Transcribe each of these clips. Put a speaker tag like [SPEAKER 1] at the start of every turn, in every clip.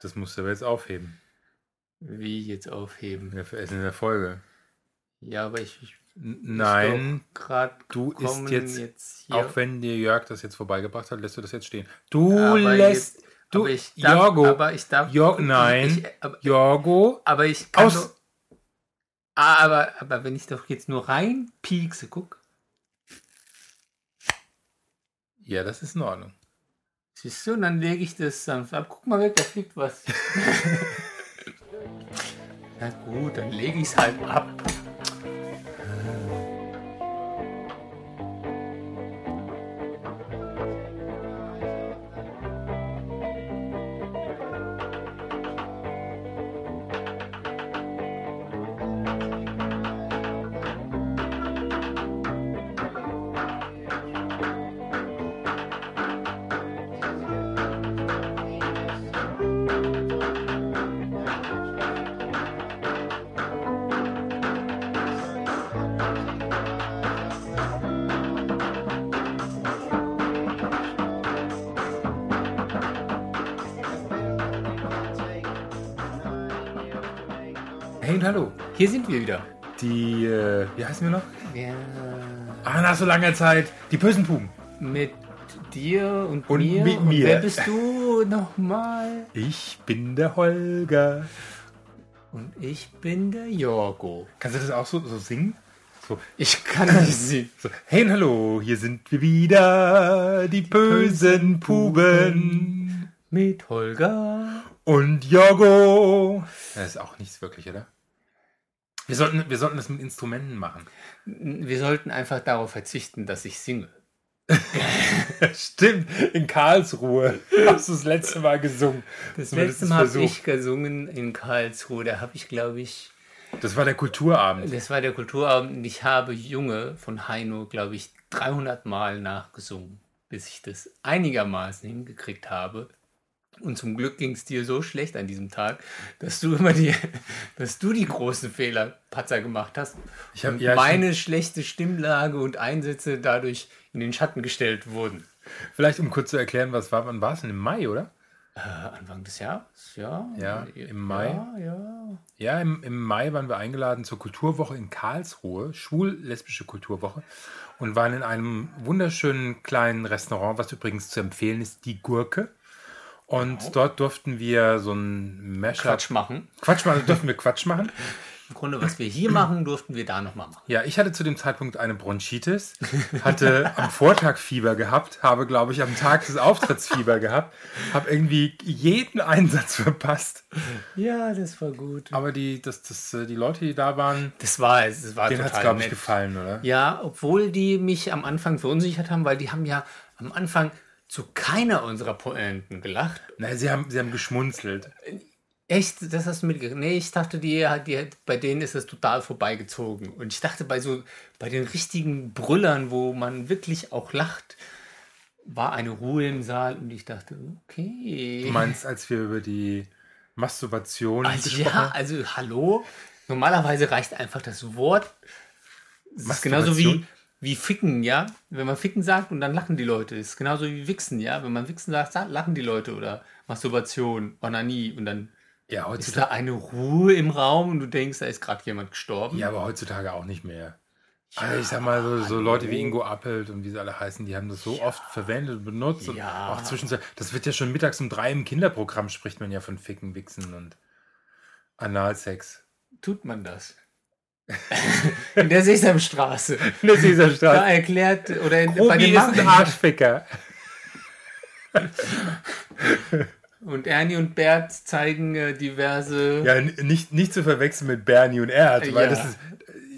[SPEAKER 1] Das musst du aber jetzt aufheben.
[SPEAKER 2] Wie jetzt aufheben?
[SPEAKER 1] In der, in der Folge.
[SPEAKER 2] Ja, aber ich, ich
[SPEAKER 1] N Nein,
[SPEAKER 2] gerade
[SPEAKER 1] du isst jetzt,
[SPEAKER 2] hier.
[SPEAKER 1] auch wenn dir Jörg das jetzt vorbeigebracht hat, lässt du das jetzt stehen. Du
[SPEAKER 2] Aber
[SPEAKER 1] lässt,
[SPEAKER 2] jetzt-
[SPEAKER 1] du,
[SPEAKER 2] aber ich darf,
[SPEAKER 1] Jorgo,
[SPEAKER 2] aber ich darf,
[SPEAKER 1] Jörg, nein,
[SPEAKER 2] ich, aber,
[SPEAKER 1] Jorgo,
[SPEAKER 2] aber ich kann
[SPEAKER 1] aus,
[SPEAKER 2] doch, Ah, aber, aber wenn ich doch jetzt nur reinpiekse, guck,
[SPEAKER 1] ja, das ist in Ordnung.
[SPEAKER 2] siehst du, und dann lege ich das sanft ab. Guck mal weg, da fliegt was. Na gut, dann lege ich es halt ab.
[SPEAKER 1] Hey und hallo.
[SPEAKER 2] Hier sind wir wieder.
[SPEAKER 1] Die, äh, wie heißen wir noch?
[SPEAKER 2] Ja,
[SPEAKER 1] Ah, nach so langer Zeit, die Pösenpuben.
[SPEAKER 2] mit dir und,
[SPEAKER 1] Und
[SPEAKER 2] mir.
[SPEAKER 1] mit
[SPEAKER 2] Und
[SPEAKER 1] mir.
[SPEAKER 2] wer bist du nochmal?
[SPEAKER 1] Ich bin der Holger.
[SPEAKER 2] Und ich bin der Jorgo.
[SPEAKER 1] Kannst du das auch so, so singen? So,
[SPEAKER 2] Ich kann nicht sehen.
[SPEAKER 1] so, hey und hallo, hier sind wir wieder, die bösen Puben
[SPEAKER 2] Mit Holger.
[SPEAKER 1] und Jogo. Das ist auch nichts wirklich, oder? Wir sollten, wir sollten das mit Instrumenten machen.
[SPEAKER 2] Wir sollten einfach darauf verzichten, dass ich singe.
[SPEAKER 1] Stimmt, in Karlsruhe hast du das letzte Mal gesungen.
[SPEAKER 2] Das
[SPEAKER 1] Zumindest
[SPEAKER 2] letzte Mal habe
[SPEAKER 1] Versuch.
[SPEAKER 2] ich gesungen in Karlsruhe. Da habe ich, glaube ich,
[SPEAKER 1] Das war der Kulturabend.
[SPEAKER 2] das war der Kulturabend und ich habe Junge von Heino, glaube ich, 300 Mal nachgesungen, bis ich das einigermaßen hingekriegt habe. Und zum Glück ging es dir so schlecht an diesem Tag, dass du immer die, dass du die großen Fehler, Patzer, gemacht hast.
[SPEAKER 1] Ich hab-
[SPEAKER 2] und
[SPEAKER 1] ja,
[SPEAKER 2] meine schlechte Stimmlage und Einsätze dadurch in den Schatten gestellt wurden.
[SPEAKER 1] Vielleicht, um kurz zu erklären, was war, wann war es denn? Im Mai, oder?
[SPEAKER 2] Äh, Anfang des Jahres, ja.
[SPEAKER 1] Ja, im Mai.
[SPEAKER 2] Ja, ja.
[SPEAKER 1] Ja, im, im Mai waren wir eingeladen zur Kulturwoche in Karlsruhe, schwul-lesbische Kulturwoche, und waren in einem wunderschönen kleinen Restaurant, was übrigens zu empfehlen ist, die Gurke. Und dort durften wir so ein Mashup.
[SPEAKER 2] Quatsch machen.
[SPEAKER 1] Quatsch machen, durften wir Quatsch machen.
[SPEAKER 2] Im Grunde, was wir hier machen, durften wir da nochmal machen.
[SPEAKER 1] Ja, ich hatte zu dem Zeitpunkt eine Bronchitis, hatte am Vortag Fieber gehabt, habe, glaube ich, am Tag des Auftritts Fieber gehabt, habe irgendwie jeden Einsatz verpasst.
[SPEAKER 2] Ja, das war gut.
[SPEAKER 1] Aber die, das, das, äh, die Leute, die da waren,
[SPEAKER 2] Das war es. Das war
[SPEAKER 1] denen hat es,
[SPEAKER 2] total
[SPEAKER 1] glaube ich,
[SPEAKER 2] nett.
[SPEAKER 1] gefallen, oder?
[SPEAKER 2] Ja, obwohl die mich am Anfang verunsichert haben, weil die haben ja am Anfang zu keiner unserer Pointen gelacht.
[SPEAKER 1] Nein, sie haben, sie haben geschmunzelt.
[SPEAKER 2] Echt, das hast du mitgekriegt. Nee, ich dachte, die, die, bei denen ist das total vorbeigezogen. Und ich dachte, bei so, bei den richtigen Brüllern, wo man wirklich auch lacht, war eine Ruhe im Saal und ich dachte, okay.
[SPEAKER 1] Du meinst, als wir über die Masturbation
[SPEAKER 2] Also
[SPEAKER 1] gesprochen
[SPEAKER 2] ja,
[SPEAKER 1] haben?
[SPEAKER 2] also hallo. Normalerweise reicht einfach das Wort. Das ist
[SPEAKER 1] Masturbation?
[SPEAKER 2] genauso wie, wie Ficken, ja. Wenn man Ficken sagt und dann lachen die Leute. Das ist genauso wie Wichsen, ja. Wenn man Wichsen sagt, sa- lachen die Leute. Oder Masturbation, Onanie. Und dann
[SPEAKER 1] Ja,
[SPEAKER 2] ist
[SPEAKER 1] heutzutage,
[SPEAKER 2] da eine Ruhe im Raum und du denkst, da ist gerade jemand gestorben.
[SPEAKER 1] ja, aber heutzutage auch nicht mehr. also ich sag mal, so, so Leute wie Ingo Appelt und wie sie alle heißen, die haben das so oft verwendet und benutzt. Und
[SPEAKER 2] Ja.
[SPEAKER 1] auch zwischenzeitlich. Das wird ja schon mittags um drei im Kinderprogramm, spricht man ja von Ficken, Wichsen und Analsex.
[SPEAKER 2] Tut man das? in der Sesamstraße.
[SPEAKER 1] Das ist dieser
[SPEAKER 2] Da
[SPEAKER 1] Staat.
[SPEAKER 2] erklärt, oder in, bei
[SPEAKER 1] Robi
[SPEAKER 2] den
[SPEAKER 1] ist ein
[SPEAKER 2] Ma
[SPEAKER 1] Arschficker.
[SPEAKER 2] Und Ernie und Bert zeigen äh, diverse.
[SPEAKER 1] Ja, n- nicht, nicht zu verwechseln mit Bernie und Erd, weil
[SPEAKER 2] Ja.
[SPEAKER 1] das ist,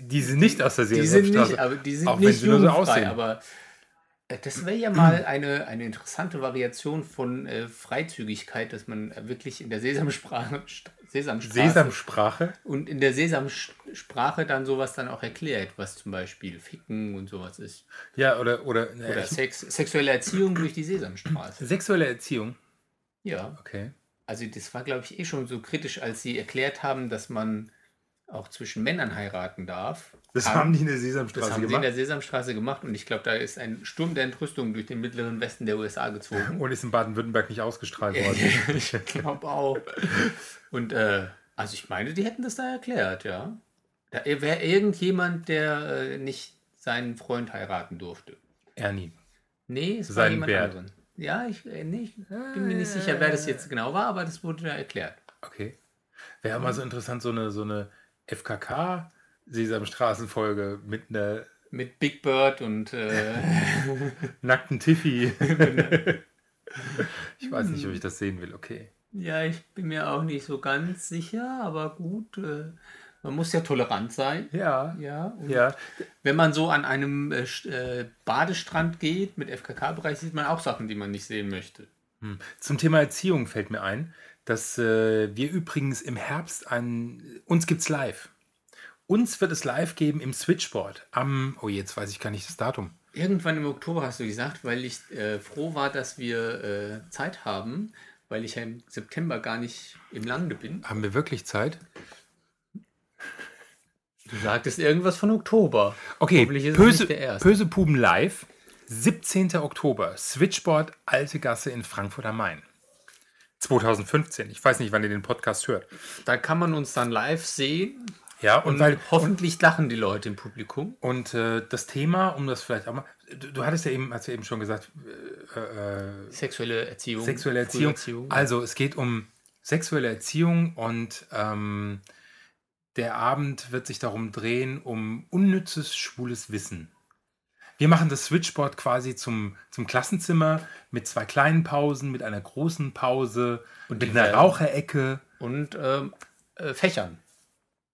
[SPEAKER 1] die sind nicht aus der Serie.
[SPEAKER 2] Die sind nicht, aber die sind
[SPEAKER 1] Auch wenn
[SPEAKER 2] nicht
[SPEAKER 1] sie nur so
[SPEAKER 2] jugendfrei,
[SPEAKER 1] aussehen.
[SPEAKER 2] aber äh, das wäre ja mal eine, eine interessante Variation von äh, Freizügigkeit, dass man äh, wirklich in der Sesamsprache, St- Sesamstraße
[SPEAKER 1] Sesamsprache.
[SPEAKER 2] und in der Sesamsprache dann sowas dann auch erklärt, was zum Beispiel Ficken und sowas ist.
[SPEAKER 1] Ja, oder, oder, ne,
[SPEAKER 2] Oder
[SPEAKER 1] ich-
[SPEAKER 2] Sex, sexuelle Erziehung durch die Sesamstraße.
[SPEAKER 1] sexuelle Erziehung.
[SPEAKER 2] Ja,
[SPEAKER 1] Okay.
[SPEAKER 2] also das war, glaube ich, eh schon so kritisch, als sie erklärt haben, dass man auch zwischen Männern heiraten darf.
[SPEAKER 1] Das
[SPEAKER 2] haben-
[SPEAKER 1] haben die in der
[SPEAKER 2] Das
[SPEAKER 1] Sesamstraße
[SPEAKER 2] haben sie in
[SPEAKER 1] gemacht
[SPEAKER 2] der Sesamstraße gemacht und ich glaube, da ist ein Sturm der Entrüstung durch den mittleren Westen der USA gezogen.
[SPEAKER 1] und ist in Baden-Württemberg nicht ausgestrahlt worden.
[SPEAKER 2] ich glaube auch. Und äh, also ich meine, die hätten das da erklärt, ja. Da wäre irgendjemand, der äh, nicht seinen Freund heiraten durfte.
[SPEAKER 1] Ernie.
[SPEAKER 2] Nee, es war
[SPEAKER 1] Seinen
[SPEAKER 2] jemand
[SPEAKER 1] Bert.
[SPEAKER 2] anderen. Ja, ich, äh, nee, ich bin mir nicht sicher, wer das jetzt genau war, aber das wurde da erklärt.
[SPEAKER 1] Okay. Wäre mal so interessant, so eine, so eine FKK-Sesamstraßenfolge mit einer
[SPEAKER 2] Mit Big Bird und äh,
[SPEAKER 1] nackten Tiffy. ich weiß nicht, ob ich das sehen will. Okay.
[SPEAKER 2] ja, ich bin mir auch nicht so ganz sicher, aber gut, äh, man muss ja tolerant sein.
[SPEAKER 1] Ja.
[SPEAKER 2] Ja, und
[SPEAKER 1] Ja.
[SPEAKER 2] wenn man so an einem äh, St- äh, Badestrand geht mit FKK-Bereich, sieht man auch Sachen, die man nicht sehen möchte.
[SPEAKER 1] Hm. Zum Thema Erziehung fällt mir ein, dass äh, wir übrigens im Herbst einen. Uns gibt's live. Uns wird es live geben im Switchboard am. Oh, jetzt weiß ich gar nicht das Datum.
[SPEAKER 2] Irgendwann im Oktober hast du gesagt, weil ich äh, froh war, dass wir äh, Zeit haben, weil ich ja im September gar nicht im Lande bin.
[SPEAKER 1] Haben wir wirklich Zeit?
[SPEAKER 2] Du sagtest irgendwas von Oktober.
[SPEAKER 1] Okay,
[SPEAKER 2] Hoffentlich ist es
[SPEAKER 1] Böse,
[SPEAKER 2] nicht der erste.
[SPEAKER 1] Böse Puben live, 17. Oktober, Switchboard Alte Gasse in Frankfurt am Main. 2015. Ich weiß nicht, wann ihr den Podcast hört.
[SPEAKER 2] Da kann man uns dann live sehen.
[SPEAKER 1] Ja, und, weil
[SPEAKER 2] Hoffentlich lachen die Leute im Publikum.
[SPEAKER 1] und äh, das Thema, um das vielleicht auch mal, du, du hattest ja eben, hast ja eben schon gesagt, äh,
[SPEAKER 2] Sexuelle Erziehung.
[SPEAKER 1] sexuelle
[SPEAKER 2] frühe
[SPEAKER 1] Erziehung. Also es geht um sexuelle Erziehung und ähm, der Abend wird sich darum drehen, um unnützes, schwules Wissen. Wir machen das Switchboard quasi zum, zum Klassenzimmer mit zwei kleinen Pausen, mit einer großen Pause, und mit
[SPEAKER 2] die
[SPEAKER 1] einer
[SPEAKER 2] werden-
[SPEAKER 1] Raucherecke.
[SPEAKER 2] Und ähm, äh, Fächern.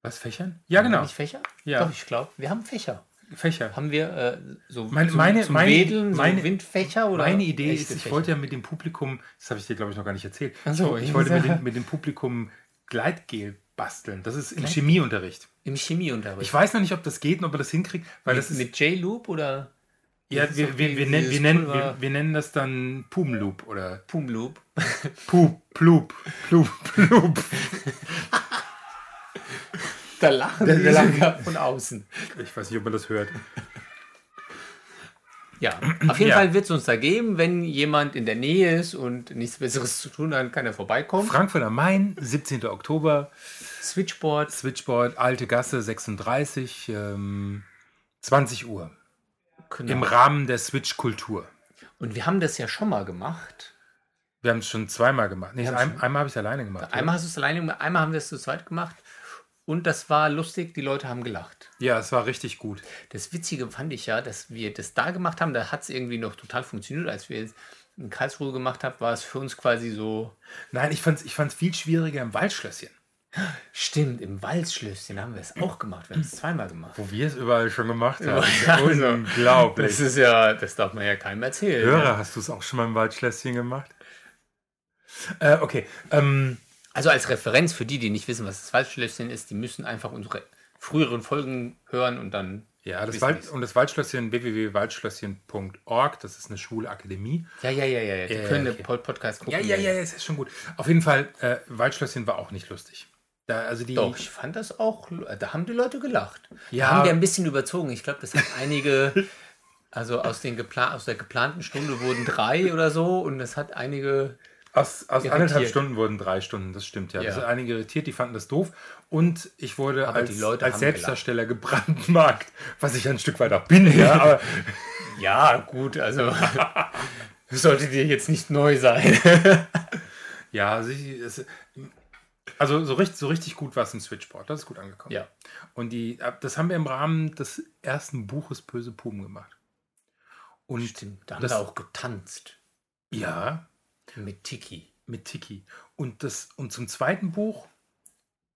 [SPEAKER 1] Was, Fächern? Ja, genau.
[SPEAKER 2] Nicht Fächer?
[SPEAKER 1] Ja.
[SPEAKER 2] Doch, ich glaube, wir haben Fächer.
[SPEAKER 1] Fächer.
[SPEAKER 2] Haben wir äh, so
[SPEAKER 1] Meine-
[SPEAKER 2] zum,
[SPEAKER 1] meine-
[SPEAKER 2] zum
[SPEAKER 1] meine-
[SPEAKER 2] Wedeln,
[SPEAKER 1] meine-
[SPEAKER 2] so Windfächer oder?
[SPEAKER 1] Meine Idee
[SPEAKER 2] echte
[SPEAKER 1] ist, ich
[SPEAKER 2] Fächer?
[SPEAKER 1] wollte ja mit dem Publikum, das habe ich dir, glaube ich, noch gar nicht erzählt,
[SPEAKER 2] Ach so,
[SPEAKER 1] ich,
[SPEAKER 2] ich-
[SPEAKER 1] wollte mit dem, mit dem Publikum Gleitgel basteln. Das ist im Chemieunterricht.
[SPEAKER 2] im Chemieunterricht.
[SPEAKER 1] Ich weiß noch nicht, ob das geht und ob wir das hinkriegen, weil das ist.
[SPEAKER 2] mit J-Loop oder
[SPEAKER 1] ja,
[SPEAKER 2] das ist
[SPEAKER 1] wir,
[SPEAKER 2] doch
[SPEAKER 1] wir,
[SPEAKER 2] die-
[SPEAKER 1] wir, nennen, wir,
[SPEAKER 2] dieses
[SPEAKER 1] nennen,
[SPEAKER 2] Pulver.
[SPEAKER 1] wir, wir nennen das dann Pumloop oder
[SPEAKER 2] Pumloop?
[SPEAKER 1] Pup, Plup, Plup, Plup.
[SPEAKER 2] Da lachen
[SPEAKER 1] Da- da
[SPEAKER 2] wir
[SPEAKER 1] lachen
[SPEAKER 2] sogar von außen.
[SPEAKER 1] Ich weiß nicht, ob man das hört.
[SPEAKER 2] Ja, auf jeden
[SPEAKER 1] Ja.
[SPEAKER 2] Fall wird es uns da geben, wenn jemand in der Nähe ist und nichts Besseres zu tun hat, kann er vorbeikommen.
[SPEAKER 1] Frankfurt am Main, 17. Oktober,
[SPEAKER 2] Switchboard,
[SPEAKER 1] Switchboard, Alte Gasse 36, ähm, 20 Uhr. Im
[SPEAKER 2] genau.
[SPEAKER 1] Rahmen der Switch-Kultur.
[SPEAKER 2] Und wir haben das ja schon mal gemacht.
[SPEAKER 1] Wir haben es schon zweimal gemacht. Nee,
[SPEAKER 2] haben
[SPEAKER 1] ein, einmal habe ich es alleine gemacht.
[SPEAKER 2] Einmal hast du es alleine gemacht, einmal haben wir es zu zweit gemacht. Und das war lustig, die Leute haben gelacht.
[SPEAKER 1] Ja, es war richtig gut.
[SPEAKER 2] Das Witzige fand ich ja, dass wir das da gemacht haben, da hat es irgendwie noch total funktioniert. Als wir es in Karlsruhe gemacht haben, war es für uns quasi so,
[SPEAKER 1] Nein, ich fand es ich fand's viel schwieriger im Waldschlösschen,
[SPEAKER 2] stimmt, im Waldschlösschen haben wir es auch gemacht. Wir haben es zweimal gemacht.
[SPEAKER 1] wo wir es überall schon gemacht haben.
[SPEAKER 2] Also,
[SPEAKER 1] Unglaublich.
[SPEAKER 2] Das ist ja, das darf man ja keinem erzählen.
[SPEAKER 1] Hörer, hast du es auch schon mal im Waldschlösschen gemacht? Äh, okay. Ähm,
[SPEAKER 2] Also als Referenz für die, die nicht wissen, was das Waldschlösschen ist, die müssen einfach unsere früheren Folgen hören und dann.
[SPEAKER 1] ja, das
[SPEAKER 2] wissen
[SPEAKER 1] Wald,
[SPEAKER 2] die's.
[SPEAKER 1] und das Waldschlösschen www.waldschlösschen.org, das ist eine schwule Akademie.
[SPEAKER 2] Ja, ja, ja, ja. Die
[SPEAKER 1] Ja, ja,
[SPEAKER 2] können
[SPEAKER 1] okay.
[SPEAKER 2] den Pod- Podcast gucken.
[SPEAKER 1] Ja, ja, ja, ja, es ist schon gut. Auf jeden Fall, äh, Waldschlösschen war auch nicht lustig. Da, also die,
[SPEAKER 2] Doch, ich fand das auch. äh, Da haben die Leute gelacht.
[SPEAKER 1] Ja.
[SPEAKER 2] Da haben wir ein bisschen überzogen. Ich glaube, das haben einige. Also aus, den gepla aus der geplanten Stunde wurden drei oder so und das hat einige.
[SPEAKER 1] Aus, aus anderthalb
[SPEAKER 2] Irritiert.
[SPEAKER 1] Stunden wurden drei Stunden, das stimmt ja.
[SPEAKER 2] Ja.
[SPEAKER 1] Das sind einige irritiert, die fanden das doof. Und ich wurde
[SPEAKER 2] Aber die
[SPEAKER 1] als,
[SPEAKER 2] Leute
[SPEAKER 1] als
[SPEAKER 2] haben
[SPEAKER 1] Selbstdarsteller gebrandmarkt, was ich ein Stück weit auch bin. Ja, aber
[SPEAKER 2] Ja, gut, also sollte dir jetzt nicht neu sein.
[SPEAKER 1] ja also, ich, es, also so, richtig, so richtig gut war es im Switchboard, das ist gut angekommen.
[SPEAKER 2] Ja.
[SPEAKER 1] Und die, ab- das haben wir im Rahmen des ersten Buches Böse Puben gemacht. Und
[SPEAKER 2] Stimmt, da haben
[SPEAKER 1] Das-
[SPEAKER 2] wir auch getanzt
[SPEAKER 1] ja,
[SPEAKER 2] mit Tiki.
[SPEAKER 1] mit Tiki. Und, das, und zum zweiten Buch,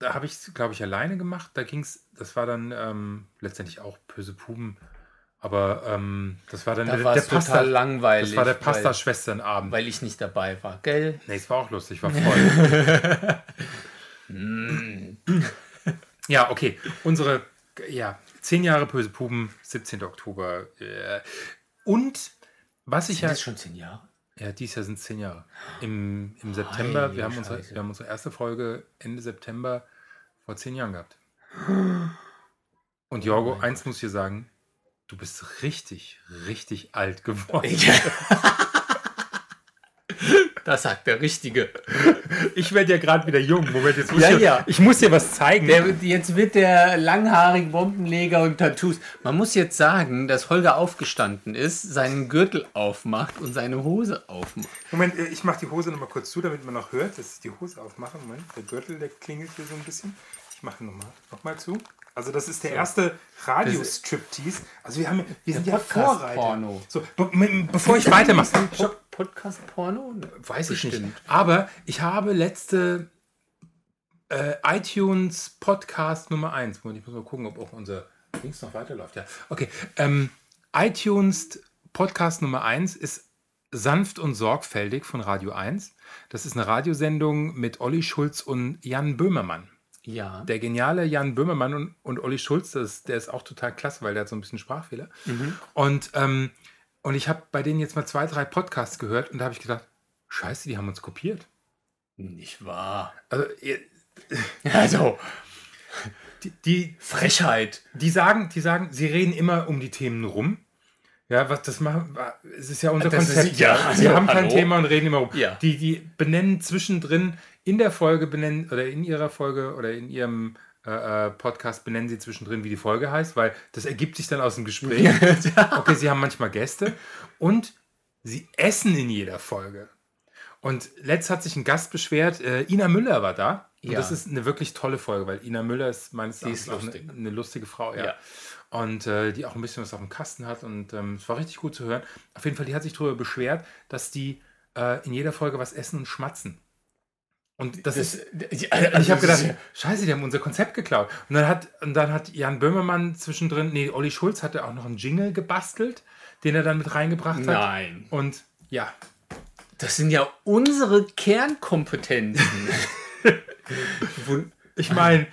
[SPEAKER 1] da habe ich es, glaube ich, alleine gemacht. Da ging es, das war dann ähm, letztendlich auch Böse Puben. Aber ähm, das war dann
[SPEAKER 2] Da
[SPEAKER 1] der,
[SPEAKER 2] war
[SPEAKER 1] der
[SPEAKER 2] es
[SPEAKER 1] Pasta.
[SPEAKER 2] total langweilig.
[SPEAKER 1] das war der
[SPEAKER 2] weil,
[SPEAKER 1] Pasta-Schwesternabend.
[SPEAKER 2] weil ich nicht dabei war, gell?
[SPEAKER 1] Nee, es war auch lustig, war voll.
[SPEAKER 2] Hm.
[SPEAKER 1] ja, okay. Unsere, ja, zehn Jahre Böse Puben, 17. Oktober. Äh, Und was ich ja.
[SPEAKER 2] Das ist schon zehn Jahre.
[SPEAKER 1] Ja, dieses Jahr sind zehn Jahre. Im, im September,
[SPEAKER 2] Ah, Heilige
[SPEAKER 1] wir haben, unsere,
[SPEAKER 2] Scheiße.
[SPEAKER 1] wir haben unsere erste Folge Ende September vor zehn Jahren gehabt.
[SPEAKER 2] Oh
[SPEAKER 1] Und Jorgo, eins muss ich dir sagen, du bist richtig, richtig alt geworden.
[SPEAKER 2] Das sagt der Richtige.
[SPEAKER 1] Ich werde ja gerade wieder jung. Moment, jetzt muss
[SPEAKER 2] Ja,
[SPEAKER 1] ich, dir-
[SPEAKER 2] ja.
[SPEAKER 1] ich muss dir was zeigen.
[SPEAKER 2] Der, jetzt wird der langhaarige Bombenleger und Tattoos. Man muss jetzt sagen, dass Holger aufgestanden ist, seinen Gürtel aufmacht und seine Hose aufmacht.
[SPEAKER 1] Moment, äh, ich mache die Hose nochmal kurz zu, damit man noch hört, dass ich die Hose aufmache. Moment, der Gürtel, der klingelt hier so ein bisschen. Ich mache nochmal noch mal zu. Also das ist der erste Radio-Striptease. Also wir, haben, wir sind ja Vorreiter.
[SPEAKER 2] Podcast-Porno.
[SPEAKER 1] So, be be- bevor ich weitermache, stopp,
[SPEAKER 2] Pod Podcast Porno?
[SPEAKER 1] weiß ich nicht. Aber ich habe letzte äh, iTunes Podcast Nummer 1. Moment, ich muss mal gucken, ob auch unser Dings noch weiterläuft. Ja, okay. Ähm, iTunes Podcast Nummer 1 ist Sanft und Sorgfältig von Radio 1. Das ist eine Radiosendung mit Olli Schulz und Jan Böhmermann.
[SPEAKER 2] Ja.
[SPEAKER 1] Der geniale Jan Böhmermann und, und Olli Schulz, das, ist- der ist auch total klasse, weil der hat so ein bisschen Sprachfehler. Und, ähm, und ich habe bei denen jetzt mal zwei, drei Podcasts gehört und da habe ich gedacht, scheiße, die haben uns kopiert.
[SPEAKER 2] Nicht wahr.
[SPEAKER 1] Also ihr-
[SPEAKER 2] Also,
[SPEAKER 1] die, die,
[SPEAKER 2] Frechheit.
[SPEAKER 1] die, sagen, die sagen, sie reden immer um die Themen rum. Ja, was das machen, wa- es ist ja unser
[SPEAKER 2] Das ist-
[SPEAKER 1] Konzept.
[SPEAKER 2] ja,
[SPEAKER 1] sie
[SPEAKER 2] also,
[SPEAKER 1] haben kein
[SPEAKER 2] hallo?
[SPEAKER 1] Thema und reden immer rum.
[SPEAKER 2] Ja.
[SPEAKER 1] Die, die benennen zwischendrin in der Folge benennen oder in ihrer Folge oder in ihrem äh, äh, Podcast benennen sie zwischendrin, wie die Folge heißt, weil das ergibt sich dann aus dem Gespräch. Okay, sie haben manchmal Gäste und sie essen in jeder Folge. Und letzt hat sich ein Gast beschwert, äh, Ina Müller war da. Und
[SPEAKER 2] Ja.
[SPEAKER 1] das ist eine wirklich tolle Folge, weil Ina Müller ist meines
[SPEAKER 2] Die ist
[SPEAKER 1] Erachtens auch eine,
[SPEAKER 2] lustig.
[SPEAKER 1] eine lustige Frau, ja.
[SPEAKER 2] Ja.
[SPEAKER 1] Und äh, die auch ein bisschen was auf dem Kasten hat und ähm, es war richtig gut zu hören. Auf jeden Fall, die hat sich darüber beschwert, dass die äh, in jeder Folge was essen und schmatzen. Und das, ist,
[SPEAKER 2] äh, also,
[SPEAKER 1] und ich habe gedacht, scheiße, die haben unser Konzept geklaut. Und dann hat, und dann hat Jan Böhmermann zwischendrin, nee, Olli Schulz hatte auch noch einen Jingle gebastelt, den er dann mit reingebracht hat.
[SPEAKER 2] nein.
[SPEAKER 1] Und ja,
[SPEAKER 2] Das sind ja unsere Kernkompetenzen. Wun-
[SPEAKER 1] ich meine,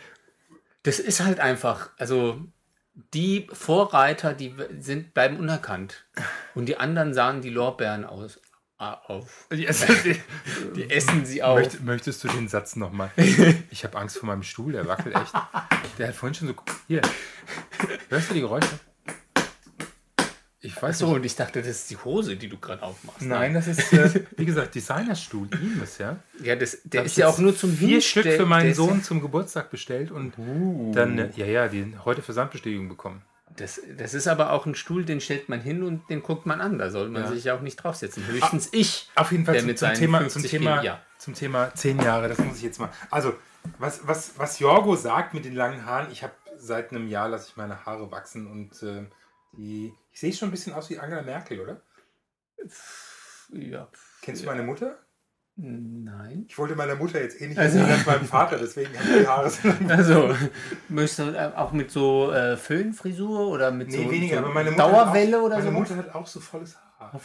[SPEAKER 2] das ist halt einfach, also die Vorreiter, die sind, bleiben unerkannt. Und die anderen sahen die Lorbeeren aus, a- auf.
[SPEAKER 1] also
[SPEAKER 2] Die essen sie auf.
[SPEAKER 1] Möcht, möchtest du den Satz nochmal? Ich habe Angst vor meinem Stuhl, der wackelt echt. Der hat vorhin schon so. Hier. Hörst du die Geräusche? Ich weiß
[SPEAKER 2] so,
[SPEAKER 1] nicht.
[SPEAKER 2] und ich dachte, das ist die Hose, die du gerade aufmachst.
[SPEAKER 1] Nein, das ist, äh, wie gesagt, Designerstuhl. Ihm ist ja.
[SPEAKER 2] Ja, das, der
[SPEAKER 1] Hab
[SPEAKER 2] ist
[SPEAKER 1] ich
[SPEAKER 2] ja
[SPEAKER 1] jetzt
[SPEAKER 2] auch nur zum
[SPEAKER 1] Vier Stück
[SPEAKER 2] Hinstellen-
[SPEAKER 1] für meinen
[SPEAKER 2] der ist- Uh.
[SPEAKER 1] Sohn zum Geburtstag bestellt und dann, äh, ja, ja, die heute Versandbestätigung bekommen.
[SPEAKER 2] Das, das ist aber auch ein Stuhl, den stellt man hin und den guckt man an. Da soll man
[SPEAKER 1] Ja.
[SPEAKER 2] sich ja Ah. auch nicht draufsetzen. Höchstens ich.
[SPEAKER 1] Auf jeden Fall
[SPEAKER 2] der
[SPEAKER 1] zum,
[SPEAKER 2] mit
[SPEAKER 1] zum,
[SPEAKER 2] seinen
[SPEAKER 1] Thema, zum,
[SPEAKER 2] 50
[SPEAKER 1] Thema,
[SPEAKER 2] Kilo, ja.
[SPEAKER 1] zum Thema 10 Jahre, das muss ich jetzt mal. Also, was, was, was Jorgo sagt mit den langen Haaren, ich habe seit einem Jahr lasse ich meine Haare wachsen und äh, die, ich sehe schon ein bisschen aus wie Angela Merkel, oder?
[SPEAKER 2] Ja.
[SPEAKER 1] Kennst du meine Mutter?
[SPEAKER 2] Nein.
[SPEAKER 1] Ich wollte meiner Mutter jetzt eh ähnlich
[SPEAKER 2] Also-
[SPEAKER 1] aussehen als meinem Vater, deswegen habe ich die Haare so lang.
[SPEAKER 2] Also, müsste äh, auch mit so äh, Föhnfrisur oder mit
[SPEAKER 1] Nee,
[SPEAKER 2] so,
[SPEAKER 1] weniger,
[SPEAKER 2] so
[SPEAKER 1] aber meine Mutter
[SPEAKER 2] Dauerwelle
[SPEAKER 1] hat auch,
[SPEAKER 2] oder
[SPEAKER 1] Meine
[SPEAKER 2] so.
[SPEAKER 1] Mutter hat auch so volles Haar.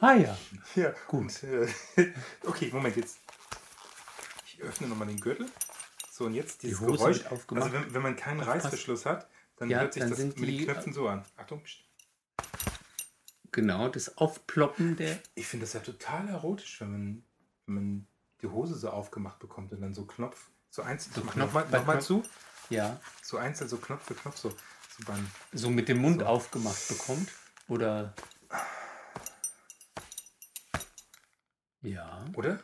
[SPEAKER 2] ah ja.
[SPEAKER 1] Ja, gut. okay, Moment, jetzt. Ich öffne nochmal den Gürtel. So, und jetzt dieses
[SPEAKER 2] Hose
[SPEAKER 1] Geräusch.
[SPEAKER 2] wird aufgemacht.
[SPEAKER 1] Also, wenn, wenn man keinen Reißverschluss hat, dann
[SPEAKER 2] Ja,
[SPEAKER 1] hört sich
[SPEAKER 2] dann
[SPEAKER 1] das
[SPEAKER 2] sind
[SPEAKER 1] mit den
[SPEAKER 2] die- äh,
[SPEAKER 1] Knöpfen so an. Achtung, pst.
[SPEAKER 2] Genau, das Aufploppen der.
[SPEAKER 1] ich finde das ja total erotisch, wenn man, wenn man die Hose so aufgemacht bekommt und dann so Knopf, so einzeln, so
[SPEAKER 2] Knopf
[SPEAKER 1] nochmal
[SPEAKER 2] bei
[SPEAKER 1] noch mal
[SPEAKER 2] Knopf.
[SPEAKER 1] zu,
[SPEAKER 2] Ja.
[SPEAKER 1] so einzeln, so Knopf für Knopf, so, so beim,
[SPEAKER 2] So mit dem Mund aufgemacht bekommt. Oder. Ja.
[SPEAKER 1] oder?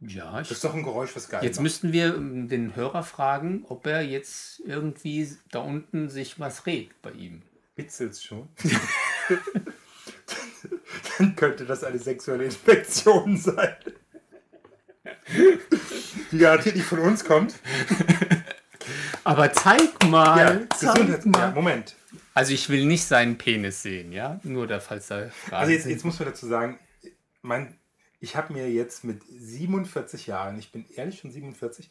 [SPEAKER 2] Ja, ich
[SPEAKER 1] Das ist doch ein Geräusch, was geil
[SPEAKER 2] Jetzt
[SPEAKER 1] macht.
[SPEAKER 2] müssten wir ähm, den Hörer fragen, ob er jetzt irgendwie da unten sich was regt bei ihm.
[SPEAKER 1] Witzelt's schon. Dann könnte das eine sexuelle Infektion sein. Die garantiert nicht von uns kommt.
[SPEAKER 2] Aber zeig mal, zeig
[SPEAKER 1] Gesundheits- Ja,
[SPEAKER 2] mal.
[SPEAKER 1] Moment.
[SPEAKER 2] Also ich will nicht seinen Penis sehen, ja? Nur da, falls da Fragen
[SPEAKER 1] Also jetzt,
[SPEAKER 2] sind.
[SPEAKER 1] jetzt muss man dazu sagen, mein, ich habe mir jetzt mit 47 Jahren, ich bin ehrlich schon 47,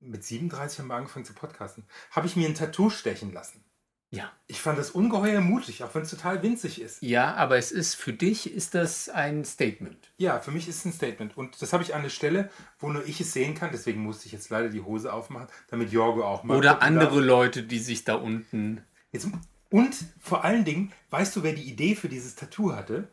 [SPEAKER 1] mit 37 haben wir angefangen zu podcasten, habe ich mir ein Tattoo stechen lassen.
[SPEAKER 2] Ja.
[SPEAKER 1] Ich fand das ungeheuer mutig, auch wenn es total winzig ist.
[SPEAKER 2] ja, aber es ist für dich ist das ein Statement.
[SPEAKER 1] Ja, für mich ist es ein Statement. Und das habe ich an der Stelle, wo nur ich es sehen kann. Deswegen musste ich jetzt leider die Hose aufmachen, damit Jorgo auch mal.
[SPEAKER 2] Oder
[SPEAKER 1] gucken
[SPEAKER 2] andere
[SPEAKER 1] darf.
[SPEAKER 2] Leute, die sich da unten.
[SPEAKER 1] Jetzt, und vor allen Dingen, weißt du, wer die Idee für dieses Tattoo hatte?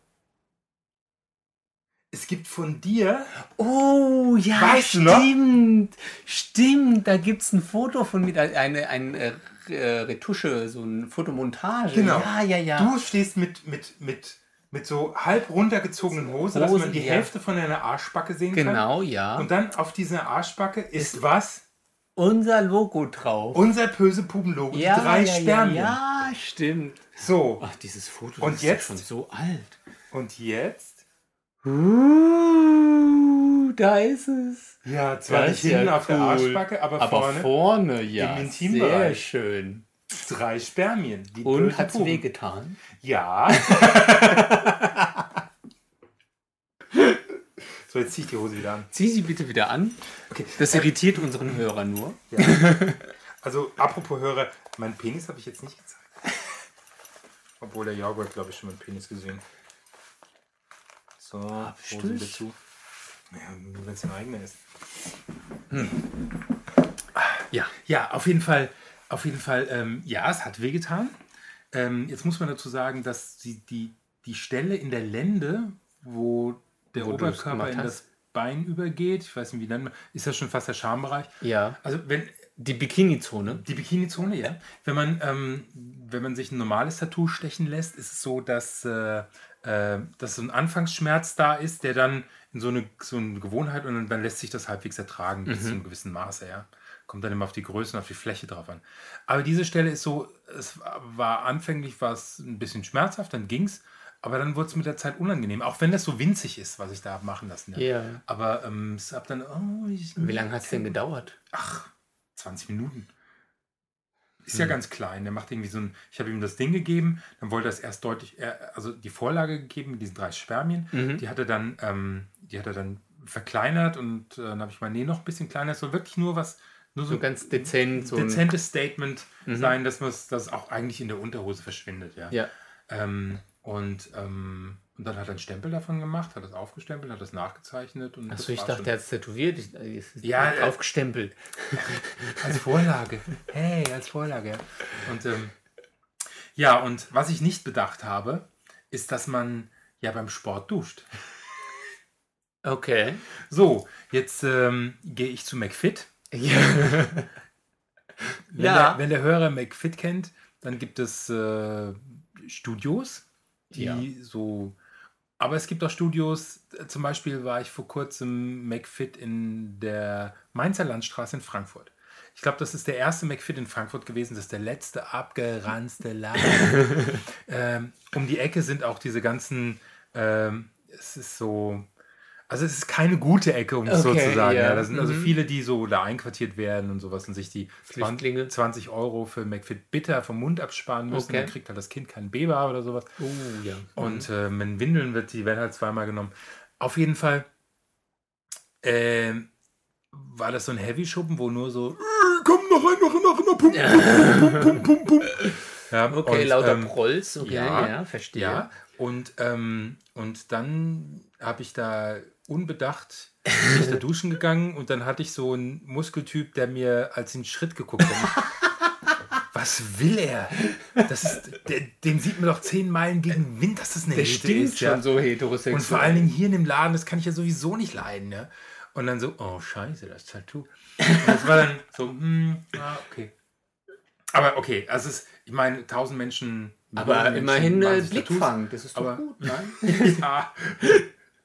[SPEAKER 1] es gibt von dir.
[SPEAKER 2] Oh, ja,
[SPEAKER 1] Weißt du noch?
[SPEAKER 2] stimmt. Stimmt, da gibt es ein Foto von mir, eine, eine äh, Retusche, so eine Fotomontage. Ja, ja, ja.
[SPEAKER 1] Genau. Du stehst mit, mit, mit, mit so halb runtergezogenen Hosen, dass man
[SPEAKER 2] Hosen,
[SPEAKER 1] die
[SPEAKER 2] ja.
[SPEAKER 1] Hälfte von deiner Arschbacke sehen kann.
[SPEAKER 2] genau, ja.
[SPEAKER 1] Und dann auf dieser Arschbacke ist was?
[SPEAKER 2] Unser Logo drauf.
[SPEAKER 1] Unser böse Pubenlogo, die drei
[SPEAKER 2] ja,
[SPEAKER 1] Sterne.
[SPEAKER 2] Ja, ja, stimmt.
[SPEAKER 1] So,
[SPEAKER 2] Ach, dieses Foto
[SPEAKER 1] Und
[SPEAKER 2] das ist ja
[SPEAKER 1] jetzt?
[SPEAKER 2] schon so alt.
[SPEAKER 1] und jetzt?
[SPEAKER 2] Uh, da ist es.
[SPEAKER 1] Ja, zwar
[SPEAKER 2] Das
[SPEAKER 1] nicht
[SPEAKER 2] ist ja
[SPEAKER 1] hinten auf der
[SPEAKER 2] cool.
[SPEAKER 1] Arschbacke, aber, vorne
[SPEAKER 2] vorne, ja.
[SPEAKER 1] im
[SPEAKER 2] sehr
[SPEAKER 1] Intimbereich.
[SPEAKER 2] schön.
[SPEAKER 1] drei Spermien. Die
[SPEAKER 2] Und
[SPEAKER 1] bösen
[SPEAKER 2] hat's
[SPEAKER 1] Puben.
[SPEAKER 2] wehgetan?
[SPEAKER 1] Ja. so, jetzt zieh ich die Hose wieder an.
[SPEAKER 2] Zieh sie bitte wieder an.
[SPEAKER 1] Okay.
[SPEAKER 2] Das irritiert unseren Hörer nur.
[SPEAKER 1] Also, apropos Hörer, meinen Penis habe ich jetzt nicht gezeigt. Obwohl der Jaguar, glaube ich, schon meinen Penis gesehen. So, Hose wieder
[SPEAKER 2] Ah, bestimmt.
[SPEAKER 1] zu. Naja, nur wenn es ein eigener ist.
[SPEAKER 2] Hm. Ja.
[SPEAKER 1] Ja, auf jeden Fall, auf jeden Fall, ähm, ja, es hat wehgetan. Ähm, jetzt muss man dazu sagen, dass die, die, die Stelle in der Lende, wo der
[SPEAKER 2] Wo du es
[SPEAKER 1] Oberkörper
[SPEAKER 2] gemacht
[SPEAKER 1] in
[SPEAKER 2] hast.
[SPEAKER 1] das Bein übergeht, ich weiß nicht, wie nennt man, ist das schon fast der Schambereich.
[SPEAKER 2] Ja.
[SPEAKER 1] Also wenn
[SPEAKER 2] Die Bikini-Zone.
[SPEAKER 1] die Bikini-Zone, ja. Wenn man, ähm, wenn man sich ein normales Tattoo stechen lässt, ist es so, dass, äh, äh, dass so ein Anfangsschmerz da ist, der dann in so eine, so eine Gewohnheit und dann lässt sich das halbwegs ertragen
[SPEAKER 2] Mhm.
[SPEAKER 1] bis zu einem gewissen Maße, ja. Kommt dann immer auf die Größe und auf die Fläche drauf an. Aber diese Stelle ist so, es war anfänglich war es ein bisschen schmerzhaft, dann ging's, aber dann wurde es mit der Zeit unangenehm, auch wenn das so winzig ist, was ich da hab machen lassen.
[SPEAKER 2] Ja.
[SPEAKER 1] Aber ähm, es hab dann, oh, ich,
[SPEAKER 2] Wie lange hat es denn gedauert?
[SPEAKER 1] ach, 20 Minuten. Ist
[SPEAKER 2] Hm.
[SPEAKER 1] ja ganz klein. Der macht irgendwie so ein. Ich habe ihm das Ding gegeben, dann wollte er es erst deutlich, er- also die Vorlage gegeben mit diesen drei Spermien.
[SPEAKER 2] Mhm. Hm.
[SPEAKER 1] Die hat er dann, ähm, die hat er dann verkleinert und äh, dann habe ich mal, nee, noch ein bisschen kleiner. Es soll wirklich nur was, nur so,
[SPEAKER 2] So ganz dezent. So
[SPEAKER 1] ein
[SPEAKER 2] ein- Mhm.
[SPEAKER 1] dezentes Statement sein, dass man das auch eigentlich in der Unterhose verschwindet, ja.
[SPEAKER 2] Ja.
[SPEAKER 1] Ähm, und, ähm, und dann hat er einen Stempel davon gemacht, hat das aufgestempelt, hat das nachgezeichnet und das
[SPEAKER 2] Achso, ich
[SPEAKER 1] war
[SPEAKER 2] dachte,
[SPEAKER 1] schon-
[SPEAKER 2] der hat es tätowiert. Ich, es ist
[SPEAKER 1] Ja, äh,
[SPEAKER 2] aufgestempelt.
[SPEAKER 1] Als Vorlage. Hey, als Vorlage. Und ähm, ja, und was ich nicht bedacht habe, ist, dass man ja beim Sport duscht.
[SPEAKER 2] Okay.
[SPEAKER 1] So, jetzt ähm, gehe ich zu McFit.
[SPEAKER 2] Ja.
[SPEAKER 1] Wenn,
[SPEAKER 2] Ja.
[SPEAKER 1] der, wenn der Hörer McFit kennt, dann gibt es äh, Studios, die
[SPEAKER 2] Ja.
[SPEAKER 1] so. Aber es gibt auch Studios, äh, zum Beispiel war ich vor kurzem McFit in der Mainzer Landstraße in Frankfurt. Ich glaube, das ist der erste McFit in Frankfurt gewesen. Das ist der letzte abgeranzte Laden. ähm, um die Ecke sind auch diese ganzen. Ähm, es ist so. Also es ist keine gute Ecke, um es so
[SPEAKER 2] Okay,
[SPEAKER 1] zu sagen.
[SPEAKER 2] ja.
[SPEAKER 1] Ja, da sind also
[SPEAKER 2] Mhm.
[SPEAKER 1] viele, die so da einquartiert werden und sowas und sich die
[SPEAKER 2] Flüchtlinge.
[SPEAKER 1] 20 Euro für McFit Bitter vom Mund absparen müssen.
[SPEAKER 2] Okay.
[SPEAKER 1] Dann kriegt halt das Kind keinen Beber oder sowas.
[SPEAKER 2] Oh, ja.
[SPEAKER 1] Und äh, mit Windeln wird die werden halt zweimal genommen. Auf jeden Fall ähm, war das so ein Heavy-Schuppen, wo nur so "Äh, komm noch ein, noch ein, noch ein, noch ein, pum, pum, pum, pum, pum, pum. Ja,
[SPEAKER 2] Okay,
[SPEAKER 1] und,
[SPEAKER 2] lauter
[SPEAKER 1] ähm,
[SPEAKER 2] Prolls. Okay, ja,
[SPEAKER 1] ja,
[SPEAKER 2] verstehe.
[SPEAKER 1] ja, und, ähm, und dann habe ich da unbedacht bin ich da duschen gegangen und dann hatte ich so einen Muskeltyp, der mir als den Schritt geguckt hat. Was will er? Das ist, der, den sieht man doch zehn Meilen gegen Wind, dass das eine
[SPEAKER 2] Der
[SPEAKER 1] Hete
[SPEAKER 2] stinkt
[SPEAKER 1] ist.
[SPEAKER 2] schon
[SPEAKER 1] ja.
[SPEAKER 2] so heterosexuell.
[SPEAKER 1] Und vor allen Dingen hier in dem Laden, das kann ich ja sowieso nicht leiden. Ne? Und dann so, oh scheiße, das Tattoo. Und das war dann so, hm, ah, okay. Aber okay, also es, ich meine, tausend Menschen.
[SPEAKER 2] Aber
[SPEAKER 1] Millionen Menschen
[SPEAKER 2] immerhin
[SPEAKER 1] machen
[SPEAKER 2] äh,
[SPEAKER 1] sich
[SPEAKER 2] Blickfang, das ist doch
[SPEAKER 1] Aber-
[SPEAKER 2] gut, nein?
[SPEAKER 1] ja.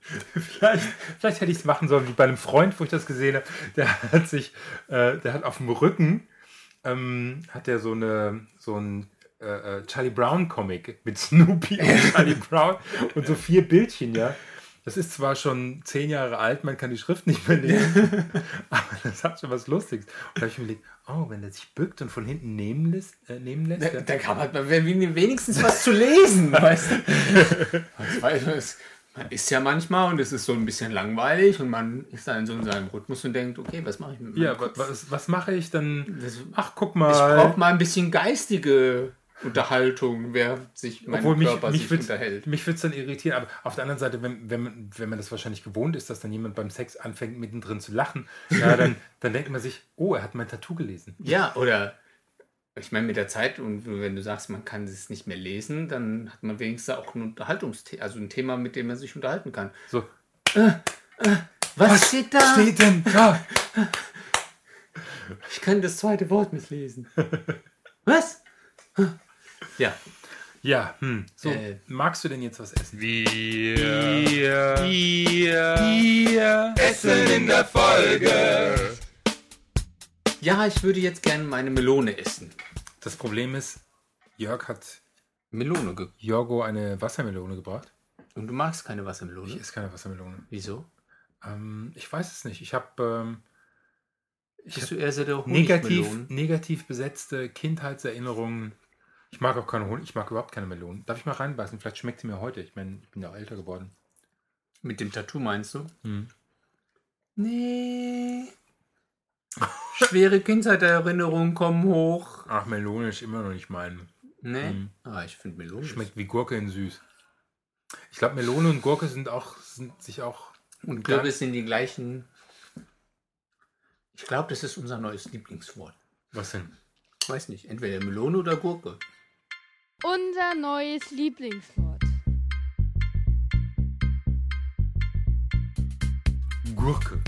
[SPEAKER 1] vielleicht, vielleicht hätte ich es machen sollen, wie bei einem Freund, wo ich das gesehen habe. Der hat sich, äh, der hat auf dem Rücken, ähm, hat der so eine, so ein äh, äh, Charlie Brown Comic mit Snoopy und Charlie Brown und so vier Bildchen, ja. Das ist zwar schon zehn Jahre alt, man kann die Schrift nicht mehr lesen, aber das hat schon was Lustiges. Und da habe ich mir gedacht, oh, wenn der sich bückt und von hinten nehmen lässt, äh, nehmen lässt
[SPEAKER 2] Da, da kann man man will wenigstens was zu lesen, weißt du? Das weiß man, es- man ist ja manchmal und es ist so ein bisschen langweilig und man ist dann so in seinem Rhythmus und denkt, okay, was mache ich mit meinem
[SPEAKER 1] ja, wa-
[SPEAKER 2] Kopf?
[SPEAKER 1] was, was mache ich dann?
[SPEAKER 2] Das-
[SPEAKER 1] Ach, guck mal.
[SPEAKER 2] Also Ich brauche mal ein bisschen geistige Unterhaltung, wer sich mein
[SPEAKER 1] Obwohl mich,
[SPEAKER 2] Körper
[SPEAKER 1] mich
[SPEAKER 2] sich
[SPEAKER 1] würd's-
[SPEAKER 2] unterhält.
[SPEAKER 1] Mich würde es dann irritieren, aber auf der anderen Seite, wenn, wenn, man, wenn man das wahrscheinlich gewohnt ist, dass dann jemand beim Sex anfängt, mittendrin zu lachen, ja, dann, dann denkt man sich, oh, er hat mein Tattoo gelesen.
[SPEAKER 2] Ja, oder ich meine, mit der Zeit und wenn du sagst, man kann es nicht mehr lesen, dann hat man wenigstens auch ein Unterhaltungsthema, also ein Thema, mit dem man sich unterhalten kann.
[SPEAKER 1] So,
[SPEAKER 2] Was, steht da?
[SPEAKER 1] steht denn da?
[SPEAKER 2] Ich kann das zweite Wort mitlesen. Was? Ja.
[SPEAKER 1] Ja, hm. So,
[SPEAKER 2] Äh.
[SPEAKER 1] magst du denn jetzt was essen?
[SPEAKER 3] Wir, essen in der Folge.
[SPEAKER 2] Ja, ich würde jetzt gerne meine Melone essen.
[SPEAKER 1] Das Problem ist, Jörg hat
[SPEAKER 2] Melone. ge-
[SPEAKER 1] Jorgo eine Wassermelone gebracht.
[SPEAKER 2] Und du magst keine
[SPEAKER 1] Ich
[SPEAKER 2] Wassermelone?
[SPEAKER 1] esse keine Wassermelone.
[SPEAKER 2] Wieso?
[SPEAKER 1] Ähm, ich weiß es nicht. Ich habe ähm, ich hab
[SPEAKER 2] Bist du eher so der
[SPEAKER 1] negativ,
[SPEAKER 2] Honigmelone?
[SPEAKER 1] negativ besetzte Kindheitserinnerungen. Ich mag auch keine Honig, ich mag überhaupt keine Melonen. Darf ich mal reinbeißen? Vielleicht schmeckt sie mir heute. Ich meine, ich bin ja auch älter geworden.
[SPEAKER 2] Mit dem Tattoo meinst du?
[SPEAKER 1] Hm.
[SPEAKER 2] Nee. Schwere Kindheitserinnerungen kommen hoch.
[SPEAKER 1] Ach, Melone ist immer noch nicht mein.
[SPEAKER 2] Nee.
[SPEAKER 1] Mhm.
[SPEAKER 2] Ah, ich finde Melone.
[SPEAKER 1] Schmeckt wie Gurke in süß. Ich glaube, Melone und Gurke sind auch sind sich auch
[SPEAKER 2] Und Kürbis sind die gleichen. Ich glaube, das ist unser neues Lieblingswort.
[SPEAKER 1] was denn?
[SPEAKER 2] Weiß nicht, entweder Melone oder Gurke.
[SPEAKER 4] Unser neues Lieblingswort.
[SPEAKER 1] Gurke.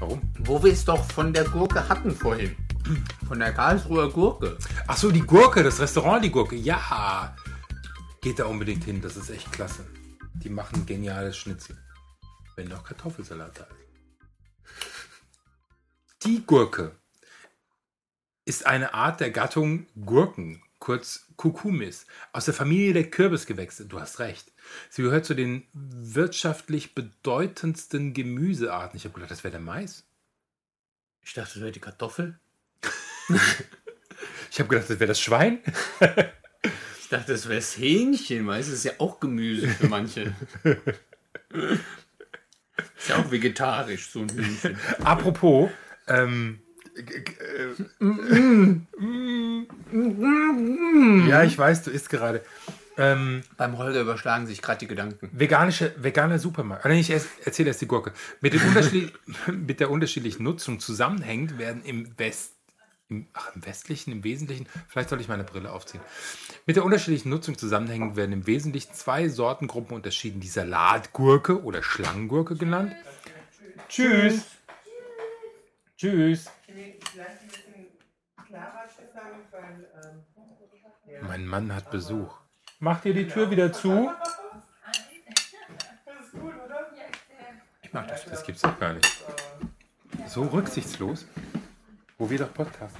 [SPEAKER 1] Warum?
[SPEAKER 2] Wo wir es doch von der Gurke hatten vorhin. Von der Karlsruher Gurke.
[SPEAKER 1] Ach so, die Gurke, das Restaurant, die Gurke. Ja. Geht da unbedingt hin, das ist echt klasse. Die machen geniales Schnitzel. Wenn noch Kartoffelsalat da ist. Die Gurke ist eine Art der Gattung Gurken, kurz Cucumis, aus der Familie der Kürbisgewächse. Du hast recht. Sie gehört zu den wirtschaftlich bedeutendsten Gemüsearten. Ich habe gedacht, das wäre der Mais.
[SPEAKER 2] Ich dachte, das wäre die Kartoffel.
[SPEAKER 1] Ich habe gedacht, das wäre das Schwein.
[SPEAKER 2] Ich dachte, das wäre das Hähnchen, weißt du? Das ist ja auch Gemüse für manche. ist ja auch vegetarisch, so ein Hühnchen.
[SPEAKER 1] Apropos, ähm, g- g- äh, mm. ja, ich weiß, du isst gerade. Ähm,
[SPEAKER 2] Beim Holger überschlagen sich gerade die Gedanken.
[SPEAKER 1] veganische, veganer Supermarkt. Ah, nee, ich ess- erzähle erst die Gurke. Mit, den unterschiedlich- mit der unterschiedlichen Nutzung zusammenhängend werden im West. Im, ach, im Westlichen, im Wesentlichen, vielleicht soll ich meine Brille aufziehen. Mit der unterschiedlichen Nutzung zusammenhängend werden im Wesentlichen zwei Sortengruppen unterschieden. Die Salatgurke oder Schlangengurke genannt. Tschüss. Tschüss.
[SPEAKER 5] Vielleicht ein bisschen klarer zusammen, weil ähm,
[SPEAKER 1] Mein Mann hat Besuch. Macht ihr die Tür wieder zu?
[SPEAKER 5] das ist gut, oder?
[SPEAKER 2] Ich mag das.
[SPEAKER 1] Das gibt's doch gar nicht. So rücksichtslos. Wo wir doch Podcast.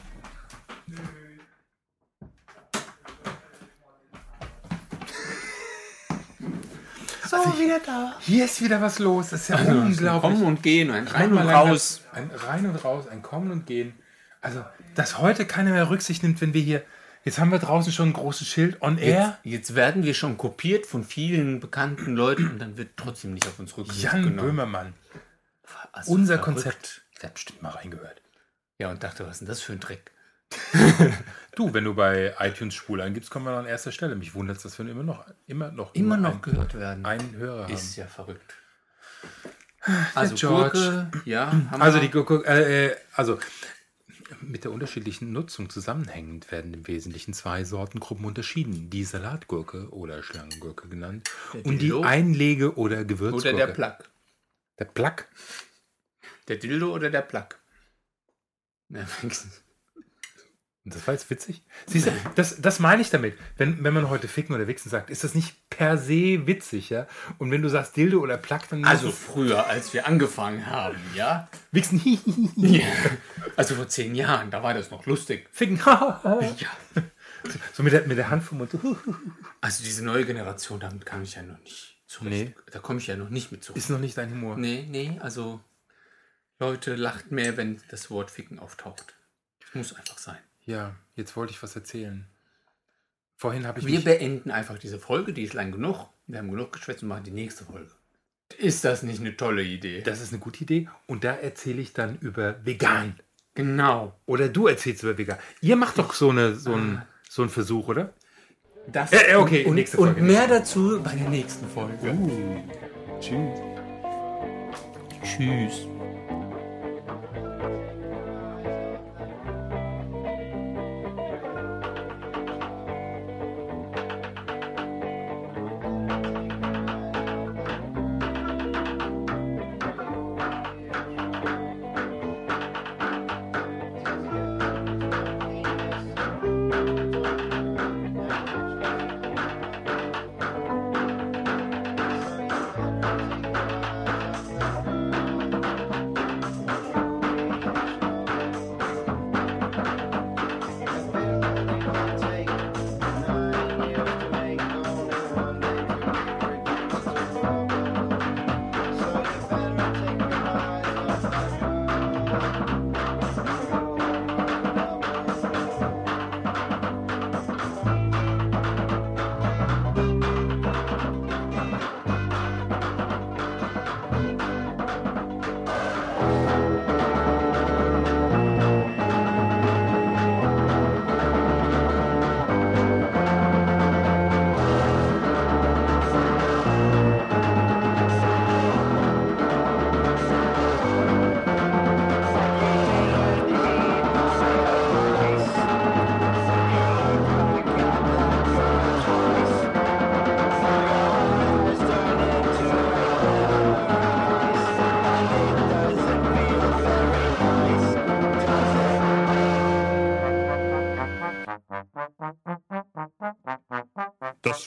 [SPEAKER 2] So, Also wieder da.
[SPEAKER 1] Hier ist wieder was los. Das ist ja
[SPEAKER 2] also Kommen
[SPEAKER 1] unglaublich.
[SPEAKER 2] und gehen, ein rein und
[SPEAKER 1] Einmal
[SPEAKER 2] raus.
[SPEAKER 1] Ein rein und raus, ein Kommen und Gehen. Also, dass heute keiner mehr Rücksicht nimmt, wenn wir hier. Jetzt haben wir draußen schon ein großes Schild on
[SPEAKER 2] Jetzt,
[SPEAKER 1] air.
[SPEAKER 2] jetzt werden wir schon kopiert von vielen bekannten Leuten und dann wird trotzdem nicht auf uns Rücksicht
[SPEAKER 1] Jan
[SPEAKER 2] genommen.
[SPEAKER 1] Böhmermann.
[SPEAKER 2] Also
[SPEAKER 1] Unser
[SPEAKER 2] verrückt.
[SPEAKER 1] Konzept. Der hat bestimmt mal reingehört.
[SPEAKER 2] Ja, und dachte, was ist denn das für ein Dreck?
[SPEAKER 1] Du, wenn du bei iTunes Schwul eingibst, kommen wir an erster Stelle. Mich wundert es, dass wir immer noch, immer noch,
[SPEAKER 2] Immer
[SPEAKER 1] nur
[SPEAKER 2] noch gehört werden.
[SPEAKER 1] einen, einen Hörer haben.
[SPEAKER 2] Ist ja verrückt. Also
[SPEAKER 1] George.
[SPEAKER 2] Gurke, ja, haben
[SPEAKER 1] Also,
[SPEAKER 2] wir.
[SPEAKER 1] die, Gurke- äh, äh, also mit der unterschiedlichen Nutzung zusammenhängend werden im Wesentlichen zwei Sortengruppen unterschieden. Die Salatgurke oder Schlangengurke genannt
[SPEAKER 2] Der
[SPEAKER 1] und die
[SPEAKER 2] Dildo.
[SPEAKER 1] Einlege- oder Gewürzgurke.
[SPEAKER 2] oder der Plug.
[SPEAKER 1] Der Plack?
[SPEAKER 2] Der Dildo oder der Plug. Ja, wenigstens.
[SPEAKER 1] Das war jetzt witzig. Siehst du, das, das meine ich damit. Wenn, wenn man heute Ficken oder Wichsen sagt, ist das nicht per se witzig, ja? Und wenn du sagst Dildo oder Plack, dann
[SPEAKER 2] also früher, als wir angefangen haben, ja?
[SPEAKER 1] Wichsen, hi, hi, hi, hi.
[SPEAKER 2] ja. Also vor zehn Jahren, da war das noch lustig.
[SPEAKER 1] Ficken, ha, ha, ha.
[SPEAKER 2] Ja.
[SPEAKER 1] So mit der, mit der Hand vom Mund. so, hu, hu.
[SPEAKER 2] Also diese neue Generation, damit kam ich ja noch nicht zurecht. Da komme ich ja noch nicht mit zurecht.
[SPEAKER 1] Ist noch nicht dein Humor.
[SPEAKER 2] Nee, nee, also Leute, lacht mehr, wenn das Wort Ficken auftaucht. Das muss einfach sein.
[SPEAKER 1] Ja, jetzt wollte ich was erzählen. Vorhin habe ich
[SPEAKER 2] Wir
[SPEAKER 1] mich
[SPEAKER 2] beenden einfach diese Folge, die ist lang genug. Wir haben genug geschwätzt und machen die nächste Folge. Ist das nicht eine tolle Idee?
[SPEAKER 1] Das ist eine gute Idee. Und da erzähle ich dann über vegan.
[SPEAKER 2] genau.
[SPEAKER 1] Oder du erzählst über vegan. Ihr macht doch so, eine, so, einen, so einen Versuch, oder?
[SPEAKER 2] Das
[SPEAKER 1] Äh, äh, okay,
[SPEAKER 2] und,
[SPEAKER 1] nächste
[SPEAKER 2] und
[SPEAKER 1] Folge.
[SPEAKER 2] mehr dazu bei der nächsten Folge.
[SPEAKER 1] Tschüss.
[SPEAKER 2] Tschüss.
[SPEAKER 6] Das